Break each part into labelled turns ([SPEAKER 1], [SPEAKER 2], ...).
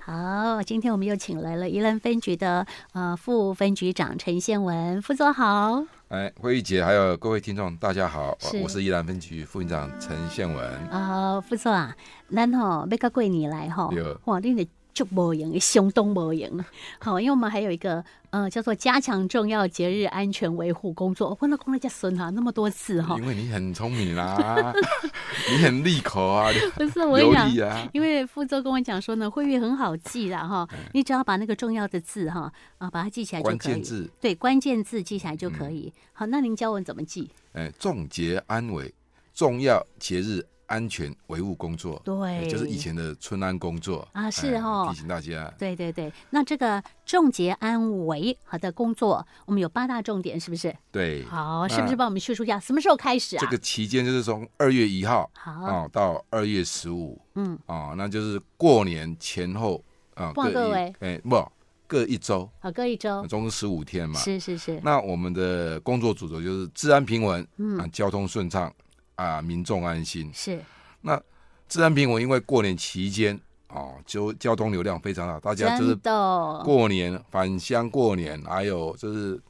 [SPEAKER 1] 好，今天我们又请来了宜兰分局的呃副分局长陈宪文，副座好。
[SPEAKER 2] 哎，慧玉姐，还有各位听众，大家好，
[SPEAKER 1] 是
[SPEAKER 2] 我是宜兰分局副营长陈宪文。
[SPEAKER 1] 啊、副座啊，咱吼要到过年来吼
[SPEAKER 2] 对，
[SPEAKER 1] 哇，恁的足无用，相当无用。好，因为我们还有一个呃叫做加强重要节日安全维护工作，我那公了家孙啊哈那么多次哈，
[SPEAKER 2] 因为你很聪明啦、 你很利口啊，你
[SPEAKER 1] 不是我跟
[SPEAKER 2] 流
[SPEAKER 1] 你讲
[SPEAKER 2] 利。啊，
[SPEAKER 1] 因为副座跟我讲说呢，会议很好记啦哈，你只要把那个重要的字哈啊把它记起来就
[SPEAKER 2] 哎关
[SPEAKER 1] 可以
[SPEAKER 2] 键。字，嗯
[SPEAKER 1] 对，关键字记起来就可以。好，那您教我怎么记？
[SPEAKER 2] 哎，重节安危，重要节日安全维护工作，哎
[SPEAKER 1] 对，
[SPEAKER 2] 就是以前的春安工作
[SPEAKER 1] 啊是
[SPEAKER 2] 哎
[SPEAKER 1] 哦
[SPEAKER 2] 提醒大家，
[SPEAKER 1] 对对对，那这个重节安危好的工作，我们有八大重点，是不是？啊
[SPEAKER 2] 对，
[SPEAKER 1] 好，是不是
[SPEAKER 2] 嗯那
[SPEAKER 1] 帮我们叙述一下什么时候开始啊？
[SPEAKER 2] 这个期间就是从二月一号
[SPEAKER 1] 好，
[SPEAKER 2] 啊、到二月十五，
[SPEAKER 1] 嗯，
[SPEAKER 2] 啊，那就是过年前后啊，
[SPEAKER 1] 不各
[SPEAKER 2] 一
[SPEAKER 1] 位，
[SPEAKER 2] 哎，不，各一周，
[SPEAKER 1] 好，隔一周，
[SPEAKER 2] 总共十五天嘛，
[SPEAKER 1] 哦是是是，
[SPEAKER 2] 那我们的工作主轴就是治安平稳，
[SPEAKER 1] 嗯
[SPEAKER 2] 啊，交通顺畅，啊，民众安心。
[SPEAKER 1] 是
[SPEAKER 2] 那治安平稳，因为过年期间哦，就交通流量非常大，大家就是
[SPEAKER 1] 真的，
[SPEAKER 2] 过年返乡过年，还有就是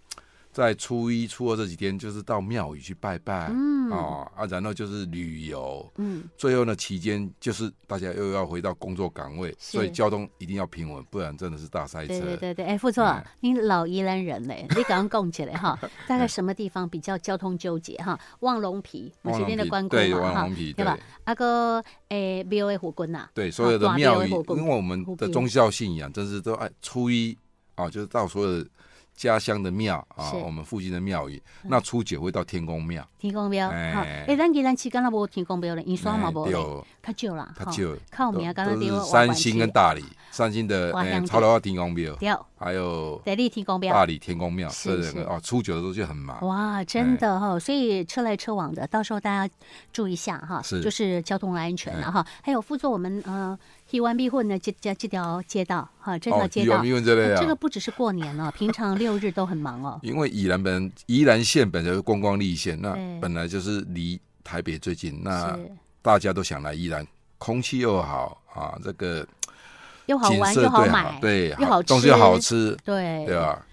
[SPEAKER 2] 在初一、初二这几天，就是到庙宇去拜拜，嗯，哦啊，然后就是旅游，
[SPEAKER 1] 嗯，
[SPEAKER 2] 最后呢期间就是大家又要回到工作岗位，
[SPEAKER 1] 是
[SPEAKER 2] 所以交通一定要平稳，不然真的是大塞
[SPEAKER 1] 对
[SPEAKER 2] 车。
[SPEAKER 1] 对对对，哎，副座
[SPEAKER 2] 哎，
[SPEAKER 1] 你老宜兰人嘞，你刚刚供起来 哈，大概什么地方比较交通纠结哈？望龙皮，我们
[SPEAKER 2] 望
[SPEAKER 1] 这边的
[SPEAKER 2] 龙
[SPEAKER 1] 关
[SPEAKER 2] 皮
[SPEAKER 1] 公
[SPEAKER 2] 对，
[SPEAKER 1] 嘛
[SPEAKER 2] 望
[SPEAKER 1] 哈
[SPEAKER 2] 龙，皮，
[SPEAKER 1] 对吧？阿哥，诶，B O A 火棍啊呐，
[SPEAKER 2] 对，所有的
[SPEAKER 1] 大庙
[SPEAKER 2] 庙
[SPEAKER 1] 的
[SPEAKER 2] 宇，
[SPEAKER 1] 火供
[SPEAKER 2] 因为我们
[SPEAKER 1] 火
[SPEAKER 2] 的
[SPEAKER 1] 供
[SPEAKER 2] 宗教信仰，真是都爱初一啊，就是到所有的家乡的庙啊，
[SPEAKER 1] 是嗯
[SPEAKER 2] 我们附近的庙宇。那初九会到天宫庙，
[SPEAKER 1] 天公庙，
[SPEAKER 2] 哎
[SPEAKER 1] 哈，诶，咱宜兰期间那无天公庙嘞，印刷嘛无嘞，
[SPEAKER 2] 有
[SPEAKER 1] 较少啦，
[SPEAKER 2] 它
[SPEAKER 1] 哈
[SPEAKER 2] 哎就
[SPEAKER 1] 靠名刚刚
[SPEAKER 2] 都
[SPEAKER 1] 对
[SPEAKER 2] 是
[SPEAKER 1] 我
[SPEAKER 2] 三星跟大理，三星的
[SPEAKER 1] 花香
[SPEAKER 2] 哎
[SPEAKER 1] 地
[SPEAKER 2] 超楼天宫庙，
[SPEAKER 1] 对，
[SPEAKER 2] 还有
[SPEAKER 1] 在立天公
[SPEAKER 2] 大
[SPEAKER 1] 庙。
[SPEAKER 2] 理天宫庙，
[SPEAKER 1] 是
[SPEAKER 2] 这两
[SPEAKER 1] 是
[SPEAKER 2] 个啊，初九的时候就很忙。
[SPEAKER 1] 哇，真的哈、哦，所以车来车往的，到时候大家注意一下哈，
[SPEAKER 2] 是哎
[SPEAKER 1] 就是交通安全了、哈。还有辅助我们呃，台湾庇混的这这这条街道哈，这条
[SPEAKER 2] 哦，
[SPEAKER 1] 街
[SPEAKER 2] 有
[SPEAKER 1] 道、呃
[SPEAKER 2] 没有这类
[SPEAKER 1] 这个
[SPEAKER 2] 啊？
[SPEAKER 1] 不只是过年哦，平常六日都很忙 哦。
[SPEAKER 2] 因为宜兰本宜兰县本来就是观光立县，那
[SPEAKER 1] 对
[SPEAKER 2] 本来就是离台北最近，那
[SPEAKER 1] 是
[SPEAKER 2] 大家都想来宜兰，空气又好啊，这个
[SPEAKER 1] 又好
[SPEAKER 2] 景
[SPEAKER 1] 玩
[SPEAKER 2] 色
[SPEAKER 1] 又好
[SPEAKER 2] 对
[SPEAKER 1] 买，
[SPEAKER 2] 对，
[SPEAKER 1] 又好
[SPEAKER 2] 东西
[SPEAKER 1] 吃
[SPEAKER 2] 又好吃，
[SPEAKER 1] 对
[SPEAKER 2] 对吧？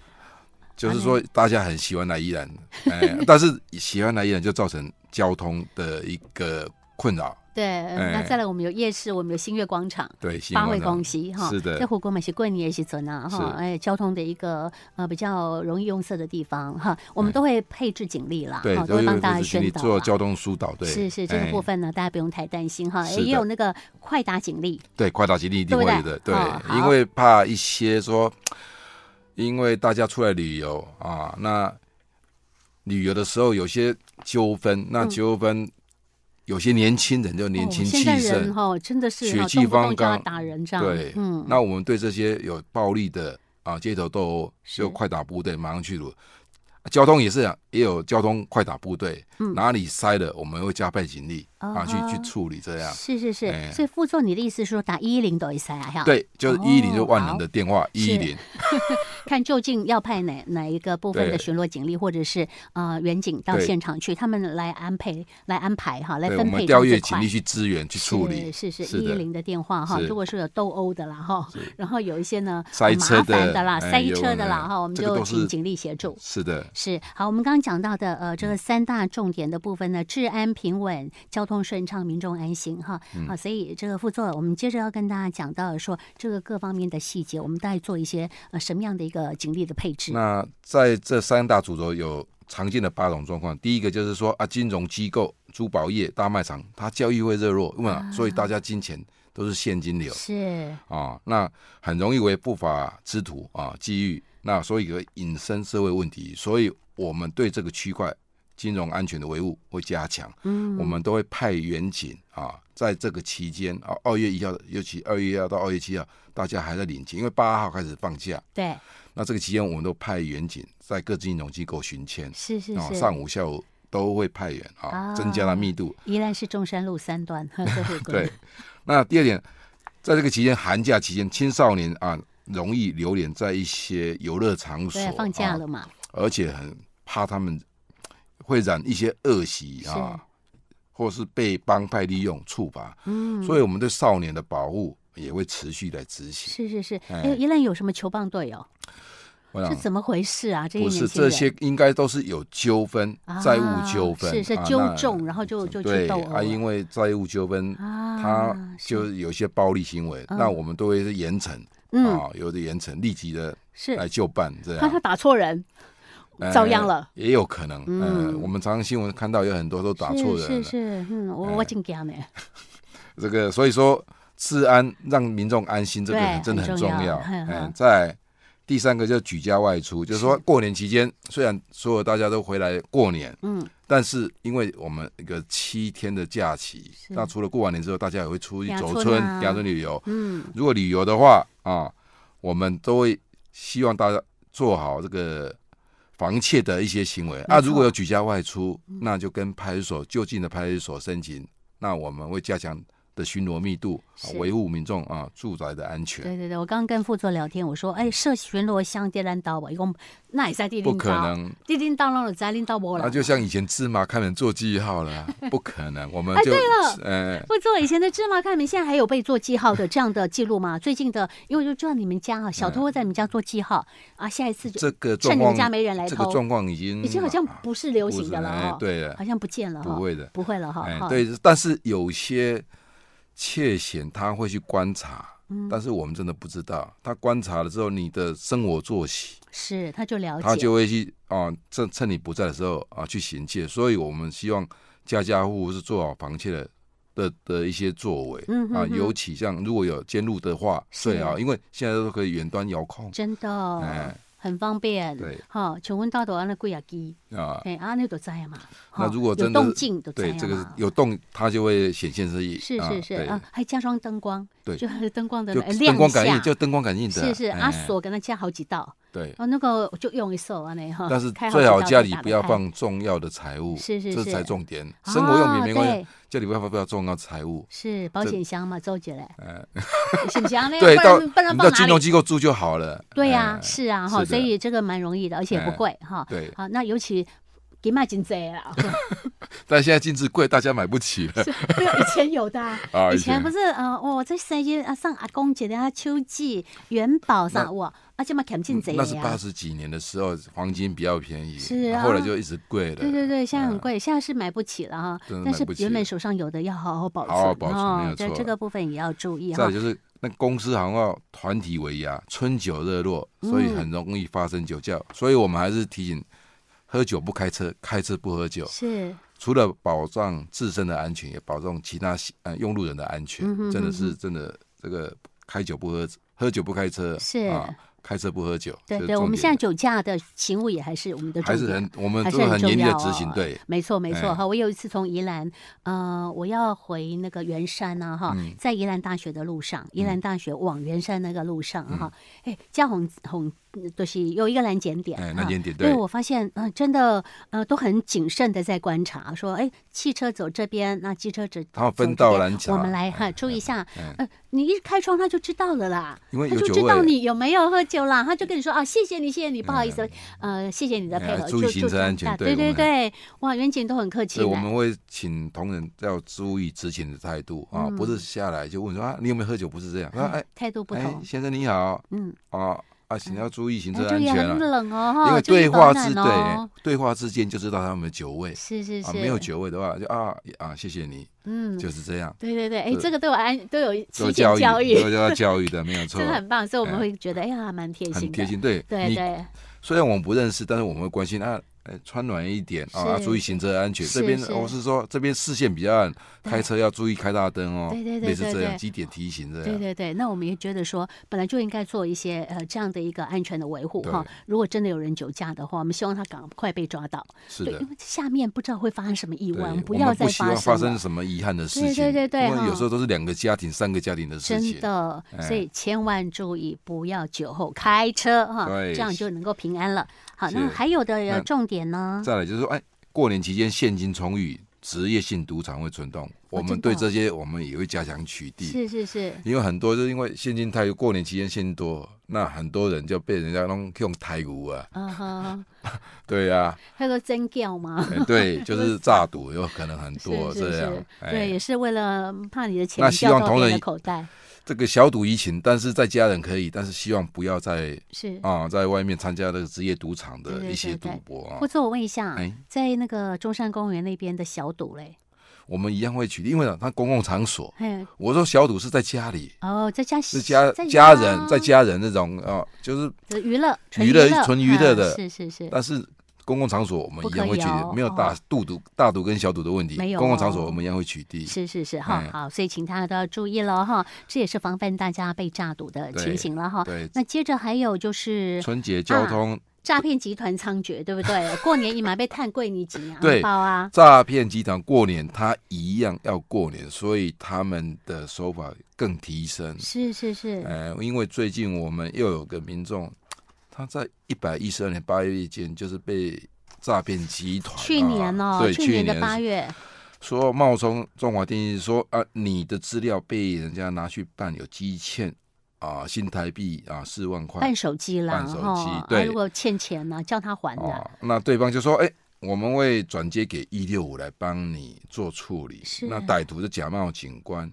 [SPEAKER 2] 就是说，大家很喜欢来宜兰，哎，但是喜欢来宜兰就造成交通的一个困扰，
[SPEAKER 1] 对嗯那
[SPEAKER 2] 哎
[SPEAKER 1] 再来，我们有夜市，我们有新月广场。
[SPEAKER 2] 对，新
[SPEAKER 1] 八
[SPEAKER 2] 闻啊
[SPEAKER 1] 会
[SPEAKER 2] 上
[SPEAKER 1] 公司哈，
[SPEAKER 2] 是的
[SPEAKER 1] 在火锅美食过年的时阵啊哈，
[SPEAKER 2] 是
[SPEAKER 1] 哎，交通的一个呃比较容易用色的地方哈，我们都会配置警力啦，
[SPEAKER 2] 哎对
[SPEAKER 1] 哈，都
[SPEAKER 2] 都
[SPEAKER 1] 哦会帮
[SPEAKER 2] 有
[SPEAKER 1] 大家
[SPEAKER 2] 就是请
[SPEAKER 1] 宣
[SPEAKER 2] 你
[SPEAKER 1] 导
[SPEAKER 2] 做
[SPEAKER 1] 啦
[SPEAKER 2] 交通疏导，对，
[SPEAKER 1] 是是这个
[SPEAKER 2] 哎
[SPEAKER 1] 部分呢，大家不用太担心哈，哎
[SPEAKER 2] 是的
[SPEAKER 1] 也有那个快打警力，
[SPEAKER 2] 对，快打基地一定
[SPEAKER 1] 对不
[SPEAKER 2] 会
[SPEAKER 1] 对
[SPEAKER 2] 的，
[SPEAKER 1] 哦好
[SPEAKER 2] 因为怕一些说，因为大家出来旅游啊，那旅游的时候有些纠
[SPEAKER 1] 嗯
[SPEAKER 2] 纷，那纠纷、有些年轻人就年轻
[SPEAKER 1] 哦
[SPEAKER 2] 气
[SPEAKER 1] 现在
[SPEAKER 2] 盛
[SPEAKER 1] 人，哈真的是哈
[SPEAKER 2] 血气
[SPEAKER 1] 动不动
[SPEAKER 2] 方
[SPEAKER 1] 就要
[SPEAKER 2] 刚
[SPEAKER 1] 打人仗，
[SPEAKER 2] 对，
[SPEAKER 1] 嗯，
[SPEAKER 2] 那我们对这些有暴力的啊街头斗殴，
[SPEAKER 1] 是
[SPEAKER 2] 就快打部队马上去了。交通也是啊，也有交通快打部队，
[SPEAKER 1] 嗯
[SPEAKER 2] 哪里塞了我们会加倍警力、啊，去
[SPEAKER 1] 啊哈
[SPEAKER 2] 去处理这样。
[SPEAKER 1] 是是是，
[SPEAKER 2] 哎
[SPEAKER 1] 所以副座你的意思是说打一零都一塞啊，哈，
[SPEAKER 2] 对，就是一零
[SPEAKER 1] 哦
[SPEAKER 2] 就万
[SPEAKER 1] 好
[SPEAKER 2] 能的电话一零，
[SPEAKER 1] 看究竟要派哪哪一个部分的
[SPEAKER 2] 对
[SPEAKER 1] 巡逻警力，或者是呃远警到
[SPEAKER 2] 对
[SPEAKER 1] 现场去，他们来安排来安排哈，来
[SPEAKER 2] 对，我
[SPEAKER 1] 分
[SPEAKER 2] 们
[SPEAKER 1] 配
[SPEAKER 2] 调
[SPEAKER 1] 这
[SPEAKER 2] 阅
[SPEAKER 1] 一
[SPEAKER 2] 警
[SPEAKER 1] 块
[SPEAKER 2] 力去支援去处理，
[SPEAKER 1] 是是是，
[SPEAKER 2] 是
[SPEAKER 1] 一
[SPEAKER 2] 的
[SPEAKER 1] 零的电话哈，
[SPEAKER 2] 是
[SPEAKER 1] 如果是有斗殴的啦哈，然后有一些呢
[SPEAKER 2] 塞车
[SPEAKER 1] 麻烦
[SPEAKER 2] 的
[SPEAKER 1] 的啦，
[SPEAKER 2] 哎
[SPEAKER 1] 塞
[SPEAKER 2] 有
[SPEAKER 1] 车的啦
[SPEAKER 2] 哎
[SPEAKER 1] 哈，我们
[SPEAKER 2] 这个
[SPEAKER 1] 就
[SPEAKER 2] 都是
[SPEAKER 1] 请警力协助。
[SPEAKER 2] 是的，
[SPEAKER 1] 是好，我们刚刚讲到的呃，这
[SPEAKER 2] 嗯
[SPEAKER 1] 个三大重点的部分呢，治安平稳、交通顺畅、民众安心哈。
[SPEAKER 2] 嗯
[SPEAKER 1] 好，所以这个副座，我们接着要跟大家讲到说这个各方面的细节，我们大概做一些呃什么样的一个警力的配置？
[SPEAKER 2] 那在这三大主轴有常见的八种状况，第一个就是说啊，金融机构、珠宝业、大卖场，它交易会热络，因为、啊
[SPEAKER 1] 啊
[SPEAKER 2] 所以大家金钱都是现金流
[SPEAKER 1] 是
[SPEAKER 2] 啊，那很容易为不法之徒啊觊觎，那所以有引申社会问题，所以我们对这个区块。金融安全的维护会加强，嗯，我们都会派员警啊，在这个期间啊，二月一号，尤其二月一号到二月七号，大家还在领钱，因为八号开始放假，
[SPEAKER 1] 对，
[SPEAKER 2] 那这个期间，我们都派员警在各金融机构巡签，
[SPEAKER 1] 是是
[SPEAKER 2] 啊，
[SPEAKER 1] 是，
[SPEAKER 2] 上午、下午都会派员
[SPEAKER 1] 啊
[SPEAKER 2] 啊，增加了密度。
[SPEAKER 1] 依然是中山路三段，呵这回归
[SPEAKER 2] 对，那第二点，在这个期间，寒假期间，青少年啊容易流连在一些游乐场所，
[SPEAKER 1] 对，放假
[SPEAKER 2] 啊
[SPEAKER 1] 了嘛，
[SPEAKER 2] 而且很怕他们会染一些恶习
[SPEAKER 1] 嗯
[SPEAKER 2] 啊，或是被帮派利用处罚。嗯，所以我们对少年的保护也会持续来执行。
[SPEAKER 1] 是是是，
[SPEAKER 2] 哎
[SPEAKER 1] 哎，宜兰有什么球棒队哦？
[SPEAKER 2] 我
[SPEAKER 1] 这
[SPEAKER 2] 想
[SPEAKER 1] 怎么回事啊？这些
[SPEAKER 2] 不
[SPEAKER 1] 年
[SPEAKER 2] 是
[SPEAKER 1] 轻人
[SPEAKER 2] 这些，应该都是有纠纷、债务纠纷，
[SPEAKER 1] 啊是是
[SPEAKER 2] 啊
[SPEAKER 1] 纠
[SPEAKER 2] 那
[SPEAKER 1] 众，然后就就去
[SPEAKER 2] 对
[SPEAKER 1] 斗
[SPEAKER 2] 啊，因
[SPEAKER 1] 为
[SPEAKER 2] 为债务纠纷，他
[SPEAKER 1] 啊，
[SPEAKER 2] 就是有一些暴力行为，
[SPEAKER 1] 嗯
[SPEAKER 2] 那我们都会是严惩
[SPEAKER 1] 嗯
[SPEAKER 2] 啊，哎有的严惩，立即的
[SPEAKER 1] 是，
[SPEAKER 2] 来就办，这
[SPEAKER 1] 怕他
[SPEAKER 2] 样
[SPEAKER 1] 打错人， 遭殃了。
[SPEAKER 2] 呃也有可能。嗯，
[SPEAKER 1] 嗯
[SPEAKER 2] 我们常常新闻看到有很多都打错
[SPEAKER 1] 是
[SPEAKER 2] 人
[SPEAKER 1] 是
[SPEAKER 2] 了，哎
[SPEAKER 1] 是，嗯，我我挺干的，
[SPEAKER 2] 这个所以说治安让民众安心，这个
[SPEAKER 1] 对
[SPEAKER 2] 真的
[SPEAKER 1] 很
[SPEAKER 2] 很
[SPEAKER 1] 重
[SPEAKER 2] 重
[SPEAKER 1] 要
[SPEAKER 2] 要。
[SPEAKER 1] 嗯
[SPEAKER 2] 嗯
[SPEAKER 1] 嗯，
[SPEAKER 2] 再来第三个就是举家外出，就是说过年期间虽然所有大家都回来过年，
[SPEAKER 1] 嗯，
[SPEAKER 2] 但是因为我们一个七天的假期
[SPEAKER 1] 是，
[SPEAKER 2] 那除了过完年之后，大家也会出去
[SPEAKER 1] 两
[SPEAKER 2] 走
[SPEAKER 1] 村
[SPEAKER 2] 村、
[SPEAKER 1] 啊
[SPEAKER 2] 两村旅游。
[SPEAKER 1] 嗯，
[SPEAKER 2] 如果旅游的话啊，我们都会希望大家做好这个防窃的一些行为。
[SPEAKER 1] 错嗯
[SPEAKER 2] 啊，如果有举家外出，那就跟派出所就近的派出所申请。那我们会加强的巡逻密度，啊
[SPEAKER 1] 是
[SPEAKER 2] 维护民众啊住宅的安全。
[SPEAKER 1] 对对对，我刚刚跟副座聊天，我说，哎，设巡逻箱电烂刀吧，一共那也在地
[SPEAKER 2] 不
[SPEAKER 1] 叮
[SPEAKER 2] 可
[SPEAKER 1] 当，
[SPEAKER 2] 能，
[SPEAKER 1] 地叮当让我在拎到我
[SPEAKER 2] 那
[SPEAKER 1] 了。
[SPEAKER 2] 就像以前芝麻开门做记号 了，不可能。我们
[SPEAKER 1] 哎
[SPEAKER 2] 就
[SPEAKER 1] 对了
[SPEAKER 2] 呃，
[SPEAKER 1] 副座以前的芝麻开门，现在还有被做记号的这样的记录吗？最近的，因为我就知道你们家啊，
[SPEAKER 2] 嗯
[SPEAKER 1] 小偷会在你们家做记号啊，下一次就
[SPEAKER 2] 这个
[SPEAKER 1] 趁你
[SPEAKER 2] 状
[SPEAKER 1] 们
[SPEAKER 2] 况
[SPEAKER 1] 家没人来
[SPEAKER 2] 这个
[SPEAKER 1] 偷，
[SPEAKER 2] 状况已经
[SPEAKER 1] 已经好像
[SPEAKER 2] 啊
[SPEAKER 1] 不是流
[SPEAKER 2] 不
[SPEAKER 1] 行的
[SPEAKER 2] 是
[SPEAKER 1] 了哦
[SPEAKER 2] 哎
[SPEAKER 1] 哈，
[SPEAKER 2] 对的
[SPEAKER 1] 好，像不见了哈，
[SPEAKER 2] 不会的。
[SPEAKER 1] 不会了哈
[SPEAKER 2] 哎，，
[SPEAKER 1] 哈，
[SPEAKER 2] 对，但是有些窃险他会去观察，
[SPEAKER 1] 嗯
[SPEAKER 2] 但是我们真的不知道。他观察了之后，你的生活作息，
[SPEAKER 1] 是他就了解，
[SPEAKER 2] 他就会去啊，趁趁你不在的时候啊去行窃。所以我们希望家家户户是做好防窃的的的一些作为、
[SPEAKER 1] 嗯哼
[SPEAKER 2] 啊，
[SPEAKER 1] 哼
[SPEAKER 2] 尤其像如果有监录的话，
[SPEAKER 1] 是
[SPEAKER 2] 最好，因为现在都可以远端遥控。
[SPEAKER 1] 真的哦、
[SPEAKER 2] 哎
[SPEAKER 1] 很方便。
[SPEAKER 2] 对
[SPEAKER 1] 哈，请问到底安那贵雅基，
[SPEAKER 2] 啊，
[SPEAKER 1] 哎，啊，那都在嘛？
[SPEAKER 2] 那
[SPEAKER 1] 哈
[SPEAKER 2] 如果
[SPEAKER 1] 有
[SPEAKER 2] 真的
[SPEAKER 1] 动静都在
[SPEAKER 2] 对，
[SPEAKER 1] 嘛？
[SPEAKER 2] 这个是有动，它就会显现是一
[SPEAKER 1] 是
[SPEAKER 2] 啊
[SPEAKER 1] 是是
[SPEAKER 2] 对
[SPEAKER 1] 啊，还加装灯光，
[SPEAKER 2] 对
[SPEAKER 1] 就是灯光的
[SPEAKER 2] 就
[SPEAKER 1] 哎亮
[SPEAKER 2] 灯
[SPEAKER 1] 一
[SPEAKER 2] 光感
[SPEAKER 1] 下
[SPEAKER 2] 应，就灯光感应的，
[SPEAKER 1] 是是啊，
[SPEAKER 2] 哎
[SPEAKER 1] 锁给它加好几道，
[SPEAKER 2] 对。
[SPEAKER 1] 哦，那个我就用一手啊，那哈。
[SPEAKER 2] 但是
[SPEAKER 1] 开
[SPEAKER 2] 最
[SPEAKER 1] 几
[SPEAKER 2] 好
[SPEAKER 1] 道
[SPEAKER 2] 家
[SPEAKER 1] 再
[SPEAKER 2] 里
[SPEAKER 1] 打
[SPEAKER 2] 不
[SPEAKER 1] 开
[SPEAKER 2] 要放重要的财物，
[SPEAKER 1] 是是
[SPEAKER 2] 这
[SPEAKER 1] 是
[SPEAKER 2] 才重点。生活用品没关系
[SPEAKER 1] 哦，
[SPEAKER 2] 家里不要放不要重要财物
[SPEAKER 1] 对。是保
[SPEAKER 2] 这哎
[SPEAKER 1] 险箱嘛，周起来， 是不是啊？那
[SPEAKER 2] 对，
[SPEAKER 1] 不
[SPEAKER 2] 到
[SPEAKER 1] 然不然
[SPEAKER 2] 你
[SPEAKER 1] 放
[SPEAKER 2] 到
[SPEAKER 1] 哪
[SPEAKER 2] 金
[SPEAKER 1] 里
[SPEAKER 2] 融？机构住就好了。
[SPEAKER 1] 对呀、
[SPEAKER 2] 哎
[SPEAKER 1] 是啊，
[SPEAKER 2] 是
[SPEAKER 1] 哈，
[SPEAKER 2] 的
[SPEAKER 1] 所以这个蛮容易的，而且也不
[SPEAKER 2] 哎
[SPEAKER 1] 贵哈。
[SPEAKER 2] 对，
[SPEAKER 1] 好，那尤其给卖金贼了，
[SPEAKER 2] 但现在金子贵，大家买不起了
[SPEAKER 1] 没 有以前有的啊、
[SPEAKER 2] 啊。
[SPEAKER 1] 以前不是呃，我这生日啊，上阿公节的啊，秋季元宝啥
[SPEAKER 2] 那嗯
[SPEAKER 1] 哇，啊，这么砍进贼
[SPEAKER 2] 那是八
[SPEAKER 1] 呀。
[SPEAKER 2] 十几年的时候，黄金比较便宜，
[SPEAKER 1] 是啊
[SPEAKER 2] 后来就一直贵了。
[SPEAKER 1] 对对对，现在很
[SPEAKER 2] 嗯
[SPEAKER 1] 贵，现在是买不起了哈
[SPEAKER 2] 真。的
[SPEAKER 1] 但
[SPEAKER 2] 买
[SPEAKER 1] 是
[SPEAKER 2] 不起
[SPEAKER 1] 原本
[SPEAKER 2] 了
[SPEAKER 1] 手上有的要好好保存
[SPEAKER 2] 好好保存没
[SPEAKER 1] 哦
[SPEAKER 2] 有，
[SPEAKER 1] 这
[SPEAKER 2] 错
[SPEAKER 1] 这个部分也要注意
[SPEAKER 2] 再
[SPEAKER 1] 哈
[SPEAKER 2] 来。就是那公司好像要团体为压，春酒热络，所以
[SPEAKER 1] 嗯
[SPEAKER 2] 很容易发生酒驾。所以我们还是提醒，喝酒不开车，开车不喝酒。
[SPEAKER 1] 是，
[SPEAKER 2] 除了保障自身的安全，也保障其他呃用路人的安全。
[SPEAKER 1] 嗯哼
[SPEAKER 2] 真的
[SPEAKER 1] 嗯
[SPEAKER 2] 是真的，这个开酒不喝，喝酒不开车，
[SPEAKER 1] 是
[SPEAKER 2] 啊，开车不喝酒。
[SPEAKER 1] 对
[SPEAKER 2] 这是
[SPEAKER 1] 对，我
[SPEAKER 2] 重
[SPEAKER 1] 们
[SPEAKER 2] 点
[SPEAKER 1] 现在酒驾的行为也还是我们的重
[SPEAKER 2] 还是
[SPEAKER 1] 点
[SPEAKER 2] 很，我们
[SPEAKER 1] 还
[SPEAKER 2] 都
[SPEAKER 1] 是
[SPEAKER 2] 很
[SPEAKER 1] 重
[SPEAKER 2] 严厉的
[SPEAKER 1] 要
[SPEAKER 2] 执行
[SPEAKER 1] 哦。
[SPEAKER 2] 对，
[SPEAKER 1] 没错没错
[SPEAKER 2] 哎
[SPEAKER 1] 哈。我有一次从宜兰，呃，我要回那个圆山呢、哈，
[SPEAKER 2] 嗯
[SPEAKER 1] 在宜兰大学的路上，宜兰大学往圆山那个路上哈，哎、嘉红红就是有一个拦截点，
[SPEAKER 2] 嗯哎，
[SPEAKER 1] 哈
[SPEAKER 2] 那间点
[SPEAKER 1] 我发现，嗯、真的，呃，都很谨慎的在观察，说，哎，汽车走这边，那机车走，
[SPEAKER 2] 他们分
[SPEAKER 1] 走这
[SPEAKER 2] 道
[SPEAKER 1] 边
[SPEAKER 2] 拦截
[SPEAKER 1] 我们来哈，注意一下，
[SPEAKER 2] 哎
[SPEAKER 1] 呃，你一开窗他就知道了啦，
[SPEAKER 2] 因为
[SPEAKER 1] 他
[SPEAKER 2] 有
[SPEAKER 1] 就
[SPEAKER 2] 酒
[SPEAKER 1] 知
[SPEAKER 2] 味嗯
[SPEAKER 1] 道你有没有喝酒啦，他就跟你说啊，谢谢你，谢谢你，不好意思，呃，谢谢你的配
[SPEAKER 2] 哎
[SPEAKER 1] 合，
[SPEAKER 2] 注意
[SPEAKER 1] 就
[SPEAKER 2] 行
[SPEAKER 1] 就
[SPEAKER 2] 车
[SPEAKER 1] 这样
[SPEAKER 2] 安全
[SPEAKER 1] 大对对
[SPEAKER 2] 对我们
[SPEAKER 1] 对，哇，远景都很客气
[SPEAKER 2] 所以
[SPEAKER 1] 呢，
[SPEAKER 2] 我们会请同仁要注意执勤的态度啊，不是下来就问说啊，你有没有喝酒？不是这样，说哎
[SPEAKER 1] 嗯态度嗯不
[SPEAKER 2] 哎，
[SPEAKER 1] 同，
[SPEAKER 2] 先生你好
[SPEAKER 1] 嗯，
[SPEAKER 2] 啊啊，请要注意行车
[SPEAKER 1] 哎
[SPEAKER 2] 安
[SPEAKER 1] 注意
[SPEAKER 2] 全
[SPEAKER 1] 很
[SPEAKER 2] 了，
[SPEAKER 1] 冷哦，
[SPEAKER 2] 因
[SPEAKER 1] 哈，
[SPEAKER 2] 为
[SPEAKER 1] 注意
[SPEAKER 2] 对
[SPEAKER 1] 保
[SPEAKER 2] 话
[SPEAKER 1] 暖
[SPEAKER 2] 之
[SPEAKER 1] 哦
[SPEAKER 2] 对对话之间就知道他们的酒味。
[SPEAKER 1] 是是
[SPEAKER 2] 啊，
[SPEAKER 1] 是，
[SPEAKER 2] 没有酒味的话，就啊啊，谢谢你，
[SPEAKER 1] 嗯，
[SPEAKER 2] 就是这样。
[SPEAKER 1] 对对对，哎，
[SPEAKER 2] 对
[SPEAKER 1] 这个都有安都有
[SPEAKER 2] 做
[SPEAKER 1] 期间教育
[SPEAKER 2] 育，，都要教育的，没有错
[SPEAKER 1] 真，的很棒，所以我们
[SPEAKER 2] 哎
[SPEAKER 1] 会觉得，哎呀，蛮贴心
[SPEAKER 2] 很
[SPEAKER 1] 的，
[SPEAKER 2] 贴心。对，啊
[SPEAKER 1] 对
[SPEAKER 2] 你
[SPEAKER 1] 对，
[SPEAKER 2] 虽然我们不认识，但是我们会关心啊，哎，穿暖一点啊，啊
[SPEAKER 1] 是
[SPEAKER 2] 注意行车安全。
[SPEAKER 1] 是
[SPEAKER 2] 这边
[SPEAKER 1] 是
[SPEAKER 2] 我是说，这边视线比较暗，开车要注意开大灯哦，
[SPEAKER 1] 对对对
[SPEAKER 2] 类似
[SPEAKER 1] 对
[SPEAKER 2] 这
[SPEAKER 1] 对
[SPEAKER 2] 样几点提醒这
[SPEAKER 1] 对
[SPEAKER 2] 样。
[SPEAKER 1] 对对，那我们也觉得说，本来就应该做一些呃这样的一个安全的维护哈
[SPEAKER 2] 对。
[SPEAKER 1] 如果真的有人酒驾的话，我们希望他赶快被抓到，
[SPEAKER 2] 是
[SPEAKER 1] 对，
[SPEAKER 2] 的
[SPEAKER 1] 因，为下面不知道会发生什么意
[SPEAKER 2] 对，
[SPEAKER 1] 外，
[SPEAKER 2] 我
[SPEAKER 1] 们
[SPEAKER 2] 们
[SPEAKER 1] 不要再
[SPEAKER 2] 不希望
[SPEAKER 1] 生
[SPEAKER 2] 发
[SPEAKER 1] 了。
[SPEAKER 2] 生什么遗憾的事情。
[SPEAKER 1] 对对对对
[SPEAKER 2] 因
[SPEAKER 1] 哈
[SPEAKER 2] 为有时候都是两个家庭、三个家庭的事
[SPEAKER 1] 真
[SPEAKER 2] 情。
[SPEAKER 1] 的，
[SPEAKER 2] 哎
[SPEAKER 1] 所以千万注意，不要酒后开车哈，
[SPEAKER 2] 对
[SPEAKER 1] 这样就能够平安了。好，
[SPEAKER 2] 是
[SPEAKER 1] 那还有的呃
[SPEAKER 2] 那
[SPEAKER 1] 重点呢？
[SPEAKER 2] 再来就是说，哎，过年期间现金充裕，职业性赌场会存动，我
[SPEAKER 1] 真
[SPEAKER 2] 们
[SPEAKER 1] 的
[SPEAKER 2] 对
[SPEAKER 1] 哦
[SPEAKER 2] 这些我们也会加强取缔。
[SPEAKER 1] 是是是，
[SPEAKER 2] 因为很多就是因为现金太多，过年期间现金多，那很多人就被人家弄用台股啊，
[SPEAKER 1] 啊哈，
[SPEAKER 2] 对啊，
[SPEAKER 1] 还有个真叫吗？
[SPEAKER 2] 哎对，就是诈 赌有可能很多
[SPEAKER 1] 是是
[SPEAKER 2] 这样哎
[SPEAKER 1] 是，，对，也是为了怕你的钱
[SPEAKER 2] 那希
[SPEAKER 1] 掉
[SPEAKER 2] 望
[SPEAKER 1] 到
[SPEAKER 2] 同
[SPEAKER 1] 别人
[SPEAKER 2] 仁
[SPEAKER 1] 的口袋。
[SPEAKER 2] 这个小赌怡情，但是在家人可以，但是希望不要在
[SPEAKER 1] 是。
[SPEAKER 2] 啊在外面参加这个职业赌场
[SPEAKER 1] 对
[SPEAKER 2] 的
[SPEAKER 1] 对
[SPEAKER 2] 一些
[SPEAKER 1] 对
[SPEAKER 2] 赌
[SPEAKER 1] 对
[SPEAKER 2] 博啊
[SPEAKER 1] 或。者我问一下
[SPEAKER 2] 哎，
[SPEAKER 1] 在那个中山公园那边的小赌嘞，
[SPEAKER 2] 我们一样会取缔，因为呢，它公共场所。
[SPEAKER 1] 嘿，
[SPEAKER 2] 我说小赌是在家里，
[SPEAKER 1] 哦，在家
[SPEAKER 2] 是家
[SPEAKER 1] 在
[SPEAKER 2] 家人在
[SPEAKER 1] 啊
[SPEAKER 2] 家人那种啊，就是
[SPEAKER 1] 这娱乐纯
[SPEAKER 2] 娱乐纯娱乐
[SPEAKER 1] 嗯
[SPEAKER 2] 的
[SPEAKER 1] 是是是，
[SPEAKER 2] 但是公共场所我们
[SPEAKER 1] 不
[SPEAKER 2] 一样
[SPEAKER 1] 可
[SPEAKER 2] 会
[SPEAKER 1] 以
[SPEAKER 2] 取
[SPEAKER 1] 哦
[SPEAKER 2] 缔，没有大
[SPEAKER 1] 哦
[SPEAKER 2] 赌赌大赌跟小赌的问题。
[SPEAKER 1] 没有
[SPEAKER 2] 公共场所
[SPEAKER 1] 哦
[SPEAKER 2] 我们一样会取缔。
[SPEAKER 1] 是是是哈
[SPEAKER 2] 哎，
[SPEAKER 1] 好，所以请大家都要注意了哈，这也是防范大家被诈赌的情
[SPEAKER 2] 对
[SPEAKER 1] 形了哈。
[SPEAKER 2] 对，
[SPEAKER 1] 那接着还有就是
[SPEAKER 2] 春节交
[SPEAKER 1] 啊
[SPEAKER 2] 通
[SPEAKER 1] 诈骗集团猖獗，对不对？过年一买被探贵 你几啊，
[SPEAKER 2] 对
[SPEAKER 1] 包啊，
[SPEAKER 2] 诈骗集团过年，他一样要过年，所以他们的手法更提升。
[SPEAKER 1] 是是是，
[SPEAKER 2] 呃，因为最近我们又有个民众，他在一百一十二年八月间就是被诈骗集团啊、
[SPEAKER 1] 去年哦，
[SPEAKER 2] 对，
[SPEAKER 1] 去
[SPEAKER 2] 去
[SPEAKER 1] 的八月，
[SPEAKER 2] 说冒充中华电信说啊，你的资料被人家拿去办有积欠啊，新台币啊四万块
[SPEAKER 1] 办手机啦，
[SPEAKER 2] 办手机
[SPEAKER 1] 哈，啊
[SPEAKER 2] 对
[SPEAKER 1] 如果欠钱呢，叫他还的，
[SPEAKER 2] 啊，那对方就说，哎、我们会转接给一六五来帮你做处理。
[SPEAKER 1] 是啊
[SPEAKER 2] 那歹徒是假冒警官，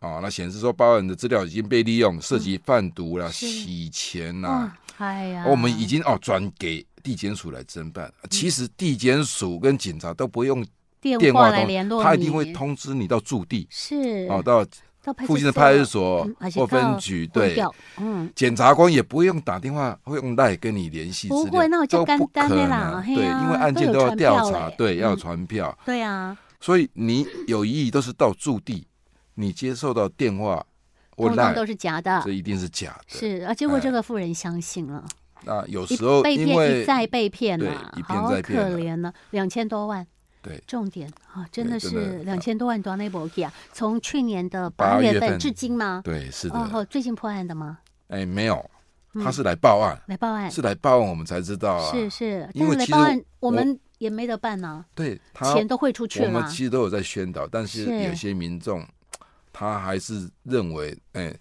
[SPEAKER 2] 啊，那显示说八人的资料已经被利用，涉及贩毒啦、
[SPEAKER 1] 是
[SPEAKER 2] 洗钱啦、
[SPEAKER 1] 哇，哎呀，
[SPEAKER 2] 我们已经哦转给地检署来侦办。
[SPEAKER 1] 嗯
[SPEAKER 2] 其实地检署跟警察都不用
[SPEAKER 1] 电
[SPEAKER 2] 电话
[SPEAKER 1] 话来
[SPEAKER 2] 通
[SPEAKER 1] 联络，
[SPEAKER 2] 他一定会，通知你到驻地
[SPEAKER 1] 是，
[SPEAKER 2] 哦，到
[SPEAKER 1] 到派
[SPEAKER 2] 附近的
[SPEAKER 1] 所
[SPEAKER 2] 派出所
[SPEAKER 1] 嗯而且到
[SPEAKER 2] 或分局
[SPEAKER 1] 汇
[SPEAKER 2] 对。
[SPEAKER 1] 调嗯。
[SPEAKER 2] 检察官也不用打电话，会用赖跟你联系之类
[SPEAKER 1] 不
[SPEAKER 2] 的，
[SPEAKER 1] 会那我就
[SPEAKER 2] 都
[SPEAKER 1] 干
[SPEAKER 2] 不
[SPEAKER 1] 单
[SPEAKER 2] 可
[SPEAKER 1] 的啦
[SPEAKER 2] 能
[SPEAKER 1] 嘿
[SPEAKER 2] 对，
[SPEAKER 1] 啊
[SPEAKER 2] 因为案
[SPEAKER 1] 都有
[SPEAKER 2] 件都要
[SPEAKER 1] 传
[SPEAKER 2] 调
[SPEAKER 1] 票
[SPEAKER 2] 查
[SPEAKER 1] 嘞，
[SPEAKER 2] 对，要有
[SPEAKER 1] 嗯
[SPEAKER 2] 传票，
[SPEAKER 1] 对啊，
[SPEAKER 2] 所以你有异议都是到驻地，你接受到电话或
[SPEAKER 1] 通通
[SPEAKER 2] 赖，
[SPEAKER 1] 都是假的
[SPEAKER 2] 这，一定是假的。
[SPEAKER 1] 是啊，结果这个富人相信了，
[SPEAKER 2] 那有
[SPEAKER 1] 一
[SPEAKER 2] 哎时候
[SPEAKER 1] 被
[SPEAKER 2] 因
[SPEAKER 1] 骗一
[SPEAKER 2] 为
[SPEAKER 1] 再被骗
[SPEAKER 2] 对
[SPEAKER 1] 了
[SPEAKER 2] 一，骗
[SPEAKER 1] 好
[SPEAKER 2] 再骗
[SPEAKER 1] 可
[SPEAKER 2] 了
[SPEAKER 1] 怜呢，两千多万。
[SPEAKER 2] 对
[SPEAKER 1] 重点啊，真的
[SPEAKER 2] 对真
[SPEAKER 1] 是
[SPEAKER 2] 的
[SPEAKER 1] 两千多万多那波啊，从去年的
[SPEAKER 2] 八
[SPEAKER 1] 八
[SPEAKER 2] 月
[SPEAKER 1] 份
[SPEAKER 2] 份
[SPEAKER 1] 至今吗？
[SPEAKER 2] 对是的，
[SPEAKER 1] 哦，最近破案的吗？
[SPEAKER 2] 哎没有，他是来报案，
[SPEAKER 1] 来报案
[SPEAKER 2] 是来报案，我们才知道啊。
[SPEAKER 1] 嗯哎是是，
[SPEAKER 2] 因
[SPEAKER 1] 但
[SPEAKER 2] 为
[SPEAKER 1] 是来
[SPEAKER 2] 其
[SPEAKER 1] 报
[SPEAKER 2] 实
[SPEAKER 1] 案我
[SPEAKER 2] 我
[SPEAKER 1] 们也没得办呐，
[SPEAKER 2] 对他，
[SPEAKER 1] 钱都汇出去
[SPEAKER 2] 我们
[SPEAKER 1] 了。
[SPEAKER 2] 其实都有在宣导，但是
[SPEAKER 1] 是
[SPEAKER 2] 有些民众他还是认为，哎，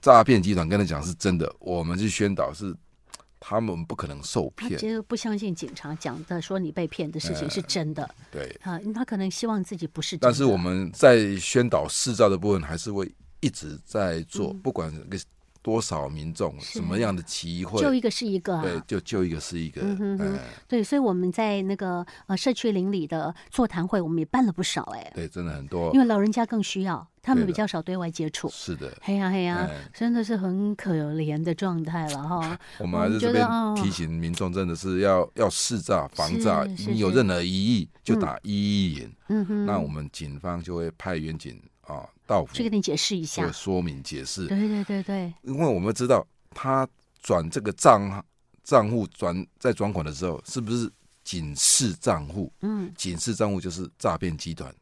[SPEAKER 2] 诈骗集团跟他讲是真的，我们去宣导是他们不可能受
[SPEAKER 1] 他
[SPEAKER 2] 骗
[SPEAKER 1] 其，实啊不相信警察讲的说你被骗的事情是真的
[SPEAKER 2] 对。
[SPEAKER 1] 啊，他可能希望自己不是真的。
[SPEAKER 2] 但是我们在宣导试照的部分还是会一直在做，不管个多少民众，
[SPEAKER 1] 嗯是
[SPEAKER 2] 什么样的集会，
[SPEAKER 1] 就一个是一个啊，
[SPEAKER 2] 对，就就一个是一个，
[SPEAKER 1] 嗯哼哼
[SPEAKER 2] 哎
[SPEAKER 1] 对，所以我们在那个呃社区邻里的座谈会，我们也办了不少哎、
[SPEAKER 2] 对，真的很多
[SPEAKER 1] 因，为老人家更需要，他们
[SPEAKER 2] 哦对
[SPEAKER 1] 比
[SPEAKER 2] 的
[SPEAKER 1] 较少对外接触。
[SPEAKER 2] 是的。
[SPEAKER 1] 嘿呀嘿呀
[SPEAKER 2] 哎，
[SPEAKER 1] 真的是很可怜的状态了 哈。
[SPEAKER 2] 我们还是
[SPEAKER 1] 我们觉
[SPEAKER 2] 这
[SPEAKER 1] 得
[SPEAKER 2] 边
[SPEAKER 1] 哦
[SPEAKER 2] 提醒民众，真的是要要试诈、防诈，
[SPEAKER 1] 是是
[SPEAKER 2] 你有
[SPEAKER 1] 是
[SPEAKER 2] 任何疑义就打一一零，
[SPEAKER 1] 嗯哼，
[SPEAKER 2] 那我们警方就会派员警啊到府
[SPEAKER 1] 去给你解释一下
[SPEAKER 2] 做。说明解释，
[SPEAKER 1] 对对对对，
[SPEAKER 2] 因为我们知道他转这个账号账户转在转款的时候，是不是警示账户？
[SPEAKER 1] 嗯，
[SPEAKER 2] 警示账户就是诈骗集团，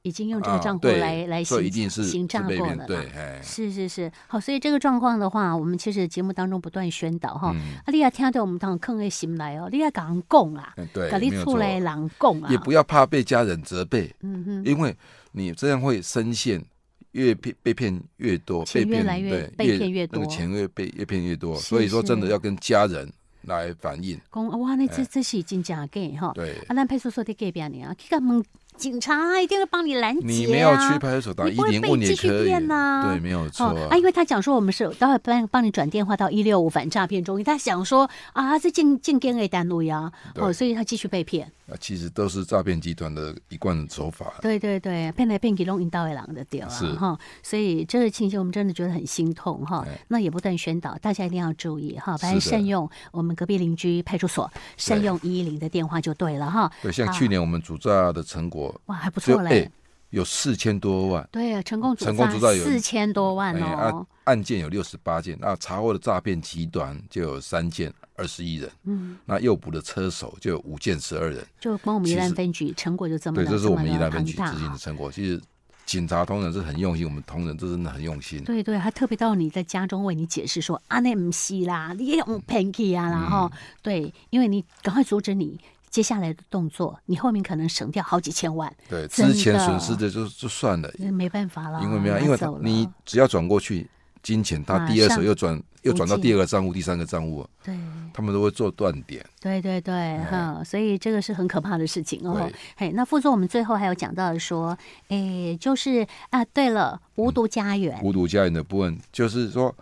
[SPEAKER 1] 已经用这个
[SPEAKER 2] 啊，
[SPEAKER 1] 账户
[SPEAKER 2] 对
[SPEAKER 1] 来来
[SPEAKER 2] 所以一
[SPEAKER 1] 行
[SPEAKER 2] 定是
[SPEAKER 1] 行
[SPEAKER 2] 是
[SPEAKER 1] 诈
[SPEAKER 2] 被
[SPEAKER 1] 过
[SPEAKER 2] 骗
[SPEAKER 1] 了啦
[SPEAKER 2] 对，。哎，
[SPEAKER 1] 是是是，好，所以这个状况的话，我们其实节目当中不断宣导哈。
[SPEAKER 2] 嗯，
[SPEAKER 1] 啊，你也听到我们当坑的心来哦，你也讲讲啊，
[SPEAKER 2] 哎对，
[SPEAKER 1] 跟你
[SPEAKER 2] 没有
[SPEAKER 1] 厝
[SPEAKER 2] 错，
[SPEAKER 1] 内的人讲啊，
[SPEAKER 2] 也不要怕被家人责备，
[SPEAKER 1] 嗯哼。
[SPEAKER 2] 因为你这样会深陷，越骗被骗越多，
[SPEAKER 1] 钱
[SPEAKER 2] 被
[SPEAKER 1] 越
[SPEAKER 2] 骗
[SPEAKER 1] 来越
[SPEAKER 2] 对
[SPEAKER 1] 被骗越
[SPEAKER 2] 那
[SPEAKER 1] 多
[SPEAKER 2] 个钱越被越骗越多，
[SPEAKER 1] 是
[SPEAKER 2] 所以说真的
[SPEAKER 1] 是
[SPEAKER 2] 要跟家人来反映，
[SPEAKER 1] 讲啊，哇，那这这是真假给哈？
[SPEAKER 2] 哎对。
[SPEAKER 1] 啊，咱派出所在隔壁呢，去个问警察，一定会帮你拦截、啊。
[SPEAKER 2] 你没有去派出所打
[SPEAKER 1] 你
[SPEAKER 2] 一
[SPEAKER 1] 不会
[SPEAKER 2] 零
[SPEAKER 1] 被
[SPEAKER 2] 问
[SPEAKER 1] 继
[SPEAKER 2] 也
[SPEAKER 1] 续
[SPEAKER 2] 可以，
[SPEAKER 1] 骗呐
[SPEAKER 2] 对，没有错
[SPEAKER 1] 哦啊，因为他讲说我们是待会帮帮你转电话到一六五反诈骗中心，他想说啊，这进进监的单位啊，哦，
[SPEAKER 2] 对
[SPEAKER 1] 所以他继续被骗，
[SPEAKER 2] 啊，其实都是诈骗集团的一贯手法。
[SPEAKER 1] 对对对，骗来骗去弄引导的狼的掉
[SPEAKER 2] 是
[SPEAKER 1] 啊哈，所以这个情形我们真的觉得很心痛哈
[SPEAKER 2] 哎。
[SPEAKER 1] 那也不断宣导，大家一定要注意哈，反正
[SPEAKER 2] 是的
[SPEAKER 1] 善用我们隔壁邻居派出所善
[SPEAKER 2] 对
[SPEAKER 1] 用一一零的电话就对了哈。
[SPEAKER 2] 对，像去年我们主诈的成果，
[SPEAKER 1] 哇，啊还不
[SPEAKER 2] 只有
[SPEAKER 1] 错嘞。
[SPEAKER 2] 哎有四千多万，
[SPEAKER 1] 对，啊成功
[SPEAKER 2] 成功
[SPEAKER 1] 主
[SPEAKER 2] 主
[SPEAKER 1] 诈
[SPEAKER 2] 诈有
[SPEAKER 1] 四千多万
[SPEAKER 2] 哎
[SPEAKER 1] 哦
[SPEAKER 2] 啊，案件有六十八件，那查获的诈骗集团就有三件，二十一人，嗯，那诱捕的车手就有五件，十二人。
[SPEAKER 1] 就光我们宜
[SPEAKER 2] 啊其
[SPEAKER 1] 兰
[SPEAKER 2] 实
[SPEAKER 1] 分局成果就这么
[SPEAKER 2] 对，
[SPEAKER 1] 的，
[SPEAKER 2] 这是我们
[SPEAKER 1] 这么
[SPEAKER 2] 宜
[SPEAKER 1] 的
[SPEAKER 2] 兰分
[SPEAKER 1] 庞
[SPEAKER 2] 局
[SPEAKER 1] 大啊
[SPEAKER 2] 执行的成果。其实警察同仁是很用心，我们同仁这真的很用心。
[SPEAKER 1] 对对，还特别到你在家中为你解释说啊，那不是啦，你也
[SPEAKER 2] 嗯
[SPEAKER 1] 用 panky 啊，然后、对，因为你赶快阻止你接下来的动作，你后面可能省掉好几千万，
[SPEAKER 2] 对，
[SPEAKER 1] 真的
[SPEAKER 2] 之前损失的就就算了，
[SPEAKER 1] 那没办法了，
[SPEAKER 2] 因为没有，
[SPEAKER 1] 拿
[SPEAKER 2] 因为
[SPEAKER 1] 走了
[SPEAKER 2] 你只要转过去，金钱，
[SPEAKER 1] 马
[SPEAKER 2] 他第二手
[SPEAKER 1] 上
[SPEAKER 2] 又转又转到
[SPEAKER 1] 无尽
[SPEAKER 2] 第二个账户、第三个账户啊，
[SPEAKER 1] 对
[SPEAKER 2] 他们都会做断点。
[SPEAKER 1] 对对对，哈，所以这个是很可怕的事情哦
[SPEAKER 2] 哎对。
[SPEAKER 1] 嘿，那副座我们最后还有讲到说，诶，就是啊，对了，
[SPEAKER 2] 嗯
[SPEAKER 1] 无毒家园，
[SPEAKER 2] 孤独家人的部分，就是说，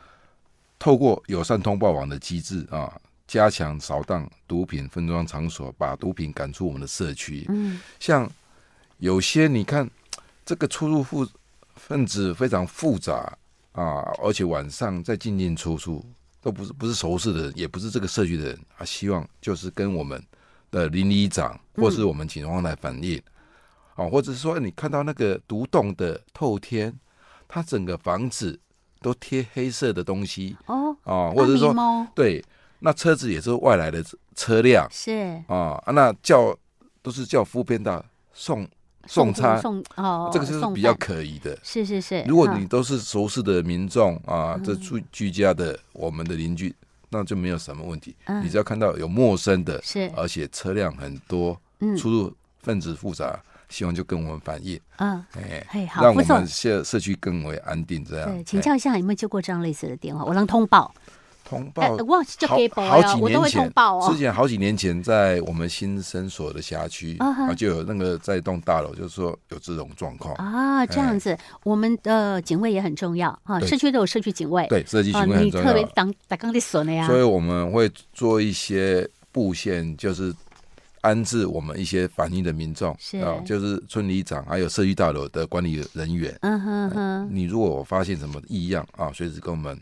[SPEAKER 2] 透过友善通报网的机制啊，加强扫荡毒品分装场所，把毒品赶出我们的社区。
[SPEAKER 1] 嗯，
[SPEAKER 2] 像有些你看，这个出入复分子非常复杂啊，而且晚上在进进出出，都不是不是熟识的人，也不是这个社区的人啊。希望就是跟我们的邻里长或是我们警方来反映。啊，或者是说你看到那个独栋的透天，它整个房子都贴黑色的东西
[SPEAKER 1] 哦，
[SPEAKER 2] 啊，或者是
[SPEAKER 1] 阿
[SPEAKER 2] 说
[SPEAKER 1] 米猫
[SPEAKER 2] 对，那车子也是外来的车辆
[SPEAKER 1] 是
[SPEAKER 2] 啊，啊那叫都是叫副片大送送餐，
[SPEAKER 1] 送哦，
[SPEAKER 2] 这个就是
[SPEAKER 1] 送
[SPEAKER 2] 比较
[SPEAKER 1] 饭
[SPEAKER 2] 可疑的。
[SPEAKER 1] 是是啊是，
[SPEAKER 2] 如果
[SPEAKER 1] 哈
[SPEAKER 2] 你都是熟识的民众
[SPEAKER 1] 嗯
[SPEAKER 2] 啊，这住居家的我们的邻居，那就没有什么问题。
[SPEAKER 1] 嗯
[SPEAKER 2] 你只要看到有陌生的，
[SPEAKER 1] 是
[SPEAKER 2] 而且车辆很多，
[SPEAKER 1] 嗯
[SPEAKER 2] 出入分子复杂，希望就跟我们反映，
[SPEAKER 1] 嗯。
[SPEAKER 2] 哎，
[SPEAKER 1] 嘿，好，
[SPEAKER 2] 让
[SPEAKER 1] 副
[SPEAKER 2] 我
[SPEAKER 1] 座
[SPEAKER 2] 们，社社区更为安定。这样，
[SPEAKER 1] 对，请
[SPEAKER 2] 哎
[SPEAKER 1] 教一下有没有接过这样类似的电话？我能通报，
[SPEAKER 2] 通
[SPEAKER 1] 哎，
[SPEAKER 2] 报。
[SPEAKER 1] 我是叫
[SPEAKER 2] 好
[SPEAKER 1] gay boy
[SPEAKER 2] 好
[SPEAKER 1] 啊，
[SPEAKER 2] 几
[SPEAKER 1] 我都
[SPEAKER 2] 年
[SPEAKER 1] 会
[SPEAKER 2] 前
[SPEAKER 1] 通报，哦
[SPEAKER 2] 之。前好几年前，在我们新生所的辖区
[SPEAKER 1] 啊哈
[SPEAKER 2] 啊，就有那个在一栋大楼，就是说有这种状况。
[SPEAKER 1] 啊，这样
[SPEAKER 2] 哎
[SPEAKER 1] 子，我们的警卫也很重要哈，
[SPEAKER 2] 对
[SPEAKER 1] 社区都有社区警卫，
[SPEAKER 2] 对，设计
[SPEAKER 1] 啊，
[SPEAKER 2] 询问很
[SPEAKER 1] 你
[SPEAKER 2] 重
[SPEAKER 1] 特别
[SPEAKER 2] 要。
[SPEAKER 1] 当打刚的损了呀，
[SPEAKER 2] 所以我们会做一些布线，就是安置我们一些反映的民众，
[SPEAKER 1] 是
[SPEAKER 2] 啊，就是村里长还有社区大楼的管理人员。
[SPEAKER 1] 嗯哼哼，
[SPEAKER 2] 你如果有发现什么异样啊，随时跟我们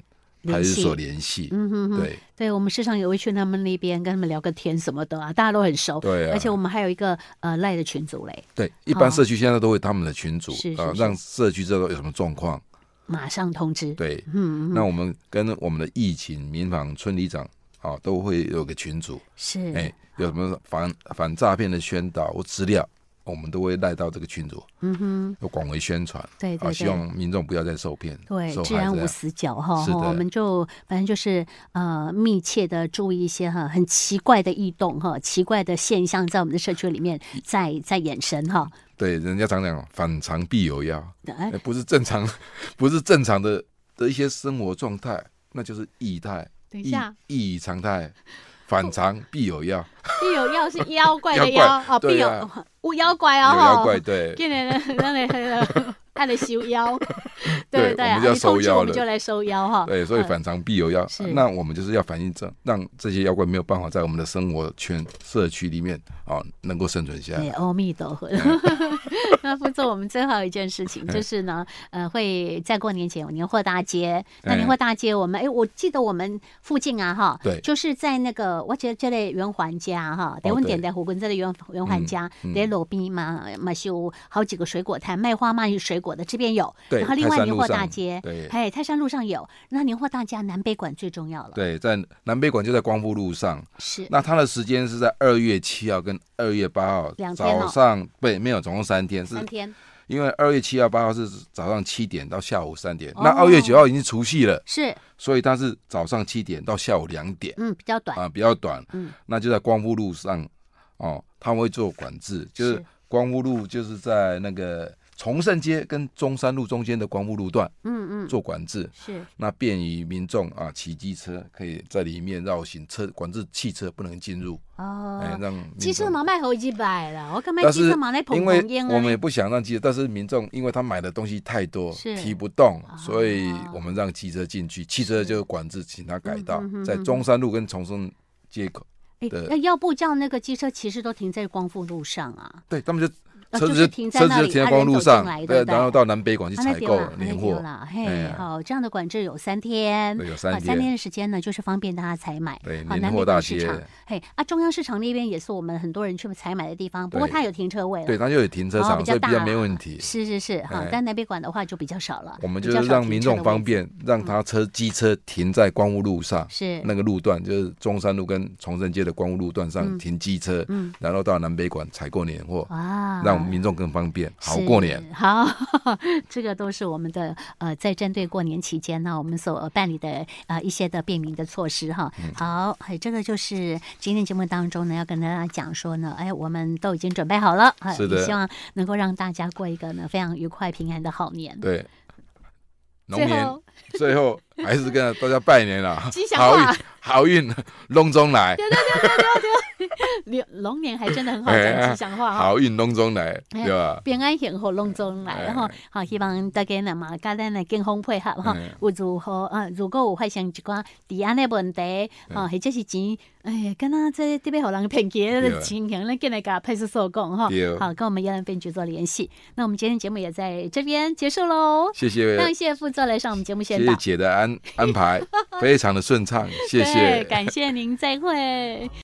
[SPEAKER 2] 派
[SPEAKER 1] 联
[SPEAKER 2] 出
[SPEAKER 1] 系
[SPEAKER 2] 所联系。
[SPEAKER 1] 嗯哼哼，
[SPEAKER 2] 对
[SPEAKER 1] 对我们时常也会去他们那边跟他们聊个天什么的啊，大家都很熟，
[SPEAKER 2] 对啊，
[SPEAKER 1] 而且我们还有一个呃赖的群组嘞，
[SPEAKER 2] 对一
[SPEAKER 1] 哦
[SPEAKER 2] 般社区现在都会他们的群组
[SPEAKER 1] 是是
[SPEAKER 2] 啊，
[SPEAKER 1] 是
[SPEAKER 2] 让社区知道有什么状况。
[SPEAKER 1] 马上通知，
[SPEAKER 2] 对，
[SPEAKER 1] 嗯，嗯
[SPEAKER 2] 那我们跟我们的疫情民防村里长啊，都会有个群组。
[SPEAKER 1] 是，
[SPEAKER 2] 哎、有什么反反诈骗的宣导或资料，我们都会带到这个群组，
[SPEAKER 1] 嗯哼，
[SPEAKER 2] 有广为宣传，
[SPEAKER 1] 对对
[SPEAKER 2] 啊，希
[SPEAKER 1] 对。
[SPEAKER 2] 望民众不要再受骗，
[SPEAKER 1] 对，
[SPEAKER 2] 受
[SPEAKER 1] 治
[SPEAKER 2] 害啊
[SPEAKER 1] 安
[SPEAKER 2] 这
[SPEAKER 1] 无
[SPEAKER 2] 样。
[SPEAKER 1] 死角哈，
[SPEAKER 2] 是的
[SPEAKER 1] 我们就反正就是呃密切的注意一些哈很奇怪的异动哈，奇怪的现象在我们的社区里面在在衍生哈，
[SPEAKER 2] 对，人家常讲反常必有妖，
[SPEAKER 1] 哎
[SPEAKER 2] 哎不是正常， 不是正常的的一些生活状态，那就是异态，
[SPEAKER 1] 等
[SPEAKER 2] 异，异常态，反常必有妖，
[SPEAKER 1] 必有妖 是妖怪
[SPEAKER 2] 妖
[SPEAKER 1] 的
[SPEAKER 2] 怪
[SPEAKER 1] 妖啊，必
[SPEAKER 2] 对
[SPEAKER 1] 有
[SPEAKER 2] 啊
[SPEAKER 1] 有妖怪哦，
[SPEAKER 2] 有妖
[SPEAKER 1] 哈
[SPEAKER 2] 怪，对。
[SPEAKER 1] 今年呢，咱来那个爱来收 妖，对不
[SPEAKER 2] 对
[SPEAKER 1] 对？
[SPEAKER 2] 我
[SPEAKER 1] 啊
[SPEAKER 2] 们就要
[SPEAKER 1] 你通
[SPEAKER 2] 收
[SPEAKER 1] 知
[SPEAKER 2] 妖
[SPEAKER 1] 我们
[SPEAKER 2] 了
[SPEAKER 1] 就来收妖哈。
[SPEAKER 2] 对，所以
[SPEAKER 1] 嗯
[SPEAKER 2] 反常必有妖
[SPEAKER 1] 是。
[SPEAKER 2] 那我们就是要反映这，让这些妖怪没有办法在我们的生活圈、社区里面啊、能够生存下来
[SPEAKER 1] 对，。哎阿弥陀
[SPEAKER 2] 哎
[SPEAKER 1] 佛。 那副总，我们最后一件事情就是呢，呃，会在过年前有年货大街。那
[SPEAKER 2] 哎
[SPEAKER 1] 年货大街，我们哎，我记得我们附近啊，哈，
[SPEAKER 2] 对
[SPEAKER 1] 就是在那个，我觉得这类圆环家哈，在
[SPEAKER 2] 哦
[SPEAKER 1] 阮
[SPEAKER 2] 对
[SPEAKER 1] 点的湖根这类圆圆环家，
[SPEAKER 2] 嗯
[SPEAKER 1] 在路边嘛嘛是有好几个水果摊，卖花卖水果的，这边有。
[SPEAKER 2] 对
[SPEAKER 1] 然后另
[SPEAKER 2] 泰
[SPEAKER 1] 外
[SPEAKER 2] 山
[SPEAKER 1] 年
[SPEAKER 2] 路
[SPEAKER 1] 货大
[SPEAKER 2] 上
[SPEAKER 1] 街，
[SPEAKER 2] 对
[SPEAKER 1] 哎，泰山路上有。那年货大家南北馆最重要了，
[SPEAKER 2] 对，在南北馆就在光复路上。
[SPEAKER 1] 是
[SPEAKER 2] 那它的时间是在二月七号跟二月八号
[SPEAKER 1] 两天哦
[SPEAKER 2] 早上，对，没有，总共三天，是
[SPEAKER 1] 三天。
[SPEAKER 2] 因为二月七号、八号是早上七点到下午三点，
[SPEAKER 1] 哦
[SPEAKER 2] 那二月九号已经除夕了，
[SPEAKER 1] 是，
[SPEAKER 2] 所以它是早上七点到下午两点
[SPEAKER 1] 嗯，比较短，
[SPEAKER 2] 啊，比较短。
[SPEAKER 1] 嗯，
[SPEAKER 2] 那就在光复路上哦，他们会做管制，就是
[SPEAKER 1] 是
[SPEAKER 2] 光复路就是在那个崇圣街跟中山路中间的光复路段
[SPEAKER 1] 嗯嗯，
[SPEAKER 2] 做管制。
[SPEAKER 1] 是
[SPEAKER 2] 那便于民众啊骑机车可以在里面绕行，车管制汽车不能进入，
[SPEAKER 1] 哦。
[SPEAKER 2] 哎、让民
[SPEAKER 1] 机车
[SPEAKER 2] 众。
[SPEAKER 1] 嘛卖好几百了，我感觉
[SPEAKER 2] 但
[SPEAKER 1] 机
[SPEAKER 2] 是
[SPEAKER 1] 车嘛来捧
[SPEAKER 2] 因为
[SPEAKER 1] 捧烟
[SPEAKER 2] 我们也
[SPEAKER 1] 啊。
[SPEAKER 2] 不想让机车，但是民众因为他买的东西太多，
[SPEAKER 1] 是
[SPEAKER 2] 提不动
[SPEAKER 1] 啊，
[SPEAKER 2] 所以我们让汽车进去，汽车
[SPEAKER 1] 是
[SPEAKER 2] 就管制，请他改道
[SPEAKER 1] 嗯哼哼，
[SPEAKER 2] 在中山路跟重生街口，
[SPEAKER 1] 哎
[SPEAKER 2] 对
[SPEAKER 1] 要要不叫那个机车骑士都停在光复路上啊，
[SPEAKER 2] 对他们就
[SPEAKER 1] 啊就
[SPEAKER 2] 车子
[SPEAKER 1] 是
[SPEAKER 2] 就
[SPEAKER 1] 停在
[SPEAKER 2] 车
[SPEAKER 1] 那
[SPEAKER 2] 子就
[SPEAKER 1] 里
[SPEAKER 2] 停在
[SPEAKER 1] 啊
[SPEAKER 2] 光
[SPEAKER 1] 人
[SPEAKER 2] 路
[SPEAKER 1] 走进
[SPEAKER 2] 上
[SPEAKER 1] 来对，不对
[SPEAKER 2] 然后到南北馆去
[SPEAKER 1] 啊那
[SPEAKER 2] 采
[SPEAKER 1] 丢
[SPEAKER 2] 购
[SPEAKER 1] 了，啊那
[SPEAKER 2] 年
[SPEAKER 1] 丢
[SPEAKER 2] 货，
[SPEAKER 1] 了，嘿，
[SPEAKER 2] 哎
[SPEAKER 1] 好，这样的管制有三天。
[SPEAKER 2] 对，有
[SPEAKER 1] 啊
[SPEAKER 2] 三
[SPEAKER 1] 三天
[SPEAKER 2] 天，
[SPEAKER 1] 的时间呢，就是方便大家采买。
[SPEAKER 2] 对，
[SPEAKER 1] 啊，
[SPEAKER 2] 年
[SPEAKER 1] 南
[SPEAKER 2] 货
[SPEAKER 1] 北
[SPEAKER 2] 大
[SPEAKER 1] 大市
[SPEAKER 2] 街
[SPEAKER 1] 场，，嘿啊，中央市场那边也是我们很多人去采买的地方，不过
[SPEAKER 2] 对
[SPEAKER 1] 它有停车位了。
[SPEAKER 2] 对，它就有停车
[SPEAKER 1] 哦
[SPEAKER 2] 场，
[SPEAKER 1] 比较
[SPEAKER 2] 所以比较
[SPEAKER 1] 大
[SPEAKER 2] 没问题。
[SPEAKER 1] 是是是哈
[SPEAKER 2] 哎，
[SPEAKER 1] 但南北馆的话就比较少了，
[SPEAKER 2] 我们
[SPEAKER 1] 比
[SPEAKER 2] 就
[SPEAKER 1] 较
[SPEAKER 2] 是
[SPEAKER 1] 少
[SPEAKER 2] 让
[SPEAKER 1] 停
[SPEAKER 2] 民
[SPEAKER 1] 车的位
[SPEAKER 2] 众方
[SPEAKER 1] 置，嗯
[SPEAKER 2] 便，让他车机车停在光复路上
[SPEAKER 1] 是
[SPEAKER 2] 那个路段，就是中山路跟重生街的光复路段
[SPEAKER 1] 嗯
[SPEAKER 2] 上停机车，然后到南北馆采购年货，
[SPEAKER 1] 哇，
[SPEAKER 2] 让民众更方便，好
[SPEAKER 1] 哦啊是
[SPEAKER 2] 过年。。
[SPEAKER 1] 好，这个都是我们的呃，在针对过年期间呢，我们所办理的呃一些的便民的措施哈。
[SPEAKER 2] 嗯
[SPEAKER 1] 好，哎，这个就是今天节目当中呢，要跟大家讲说呢，哎，我们都已经准备好了，哎
[SPEAKER 2] 是的
[SPEAKER 1] 也希望能够让大家过一个呢非常愉快平安的好年。
[SPEAKER 2] 对，龙
[SPEAKER 1] 最
[SPEAKER 2] 年
[SPEAKER 1] 后
[SPEAKER 2] 最后还是跟大家拜年了
[SPEAKER 1] 吉，祥
[SPEAKER 2] 好
[SPEAKER 1] 话
[SPEAKER 2] 运好运隆中来，
[SPEAKER 1] 龙龙年还真的很好
[SPEAKER 2] 哎
[SPEAKER 1] 讲吉祥话哈。
[SPEAKER 2] 好运隆中来，
[SPEAKER 1] 哎
[SPEAKER 2] 对吧？
[SPEAKER 1] 平安幸福拢总来，
[SPEAKER 2] 哎
[SPEAKER 1] 然后好希望大家呢嘛，甲咱的健康配合哈
[SPEAKER 2] 哎，
[SPEAKER 1] 有如何啊？如果有发生一寡治安的问
[SPEAKER 2] 哎
[SPEAKER 1] 题，啊，或者是钱，哎，敢若这特别互人骗去
[SPEAKER 2] 对
[SPEAKER 1] 的情形，咱进来甲派出所讲哈
[SPEAKER 2] 对，
[SPEAKER 1] 好跟我们宜兰分局做联系。那我们今天节目也在这边结束喽，
[SPEAKER 2] 谢 谢
[SPEAKER 1] 非常谢谢副座来上我们节目
[SPEAKER 2] 谢
[SPEAKER 1] 宣
[SPEAKER 2] 谢
[SPEAKER 1] 导，
[SPEAKER 2] 姐的安安排，非常的顺畅，谢
[SPEAKER 1] 对
[SPEAKER 2] 谢。
[SPEAKER 1] 感谢您，再会。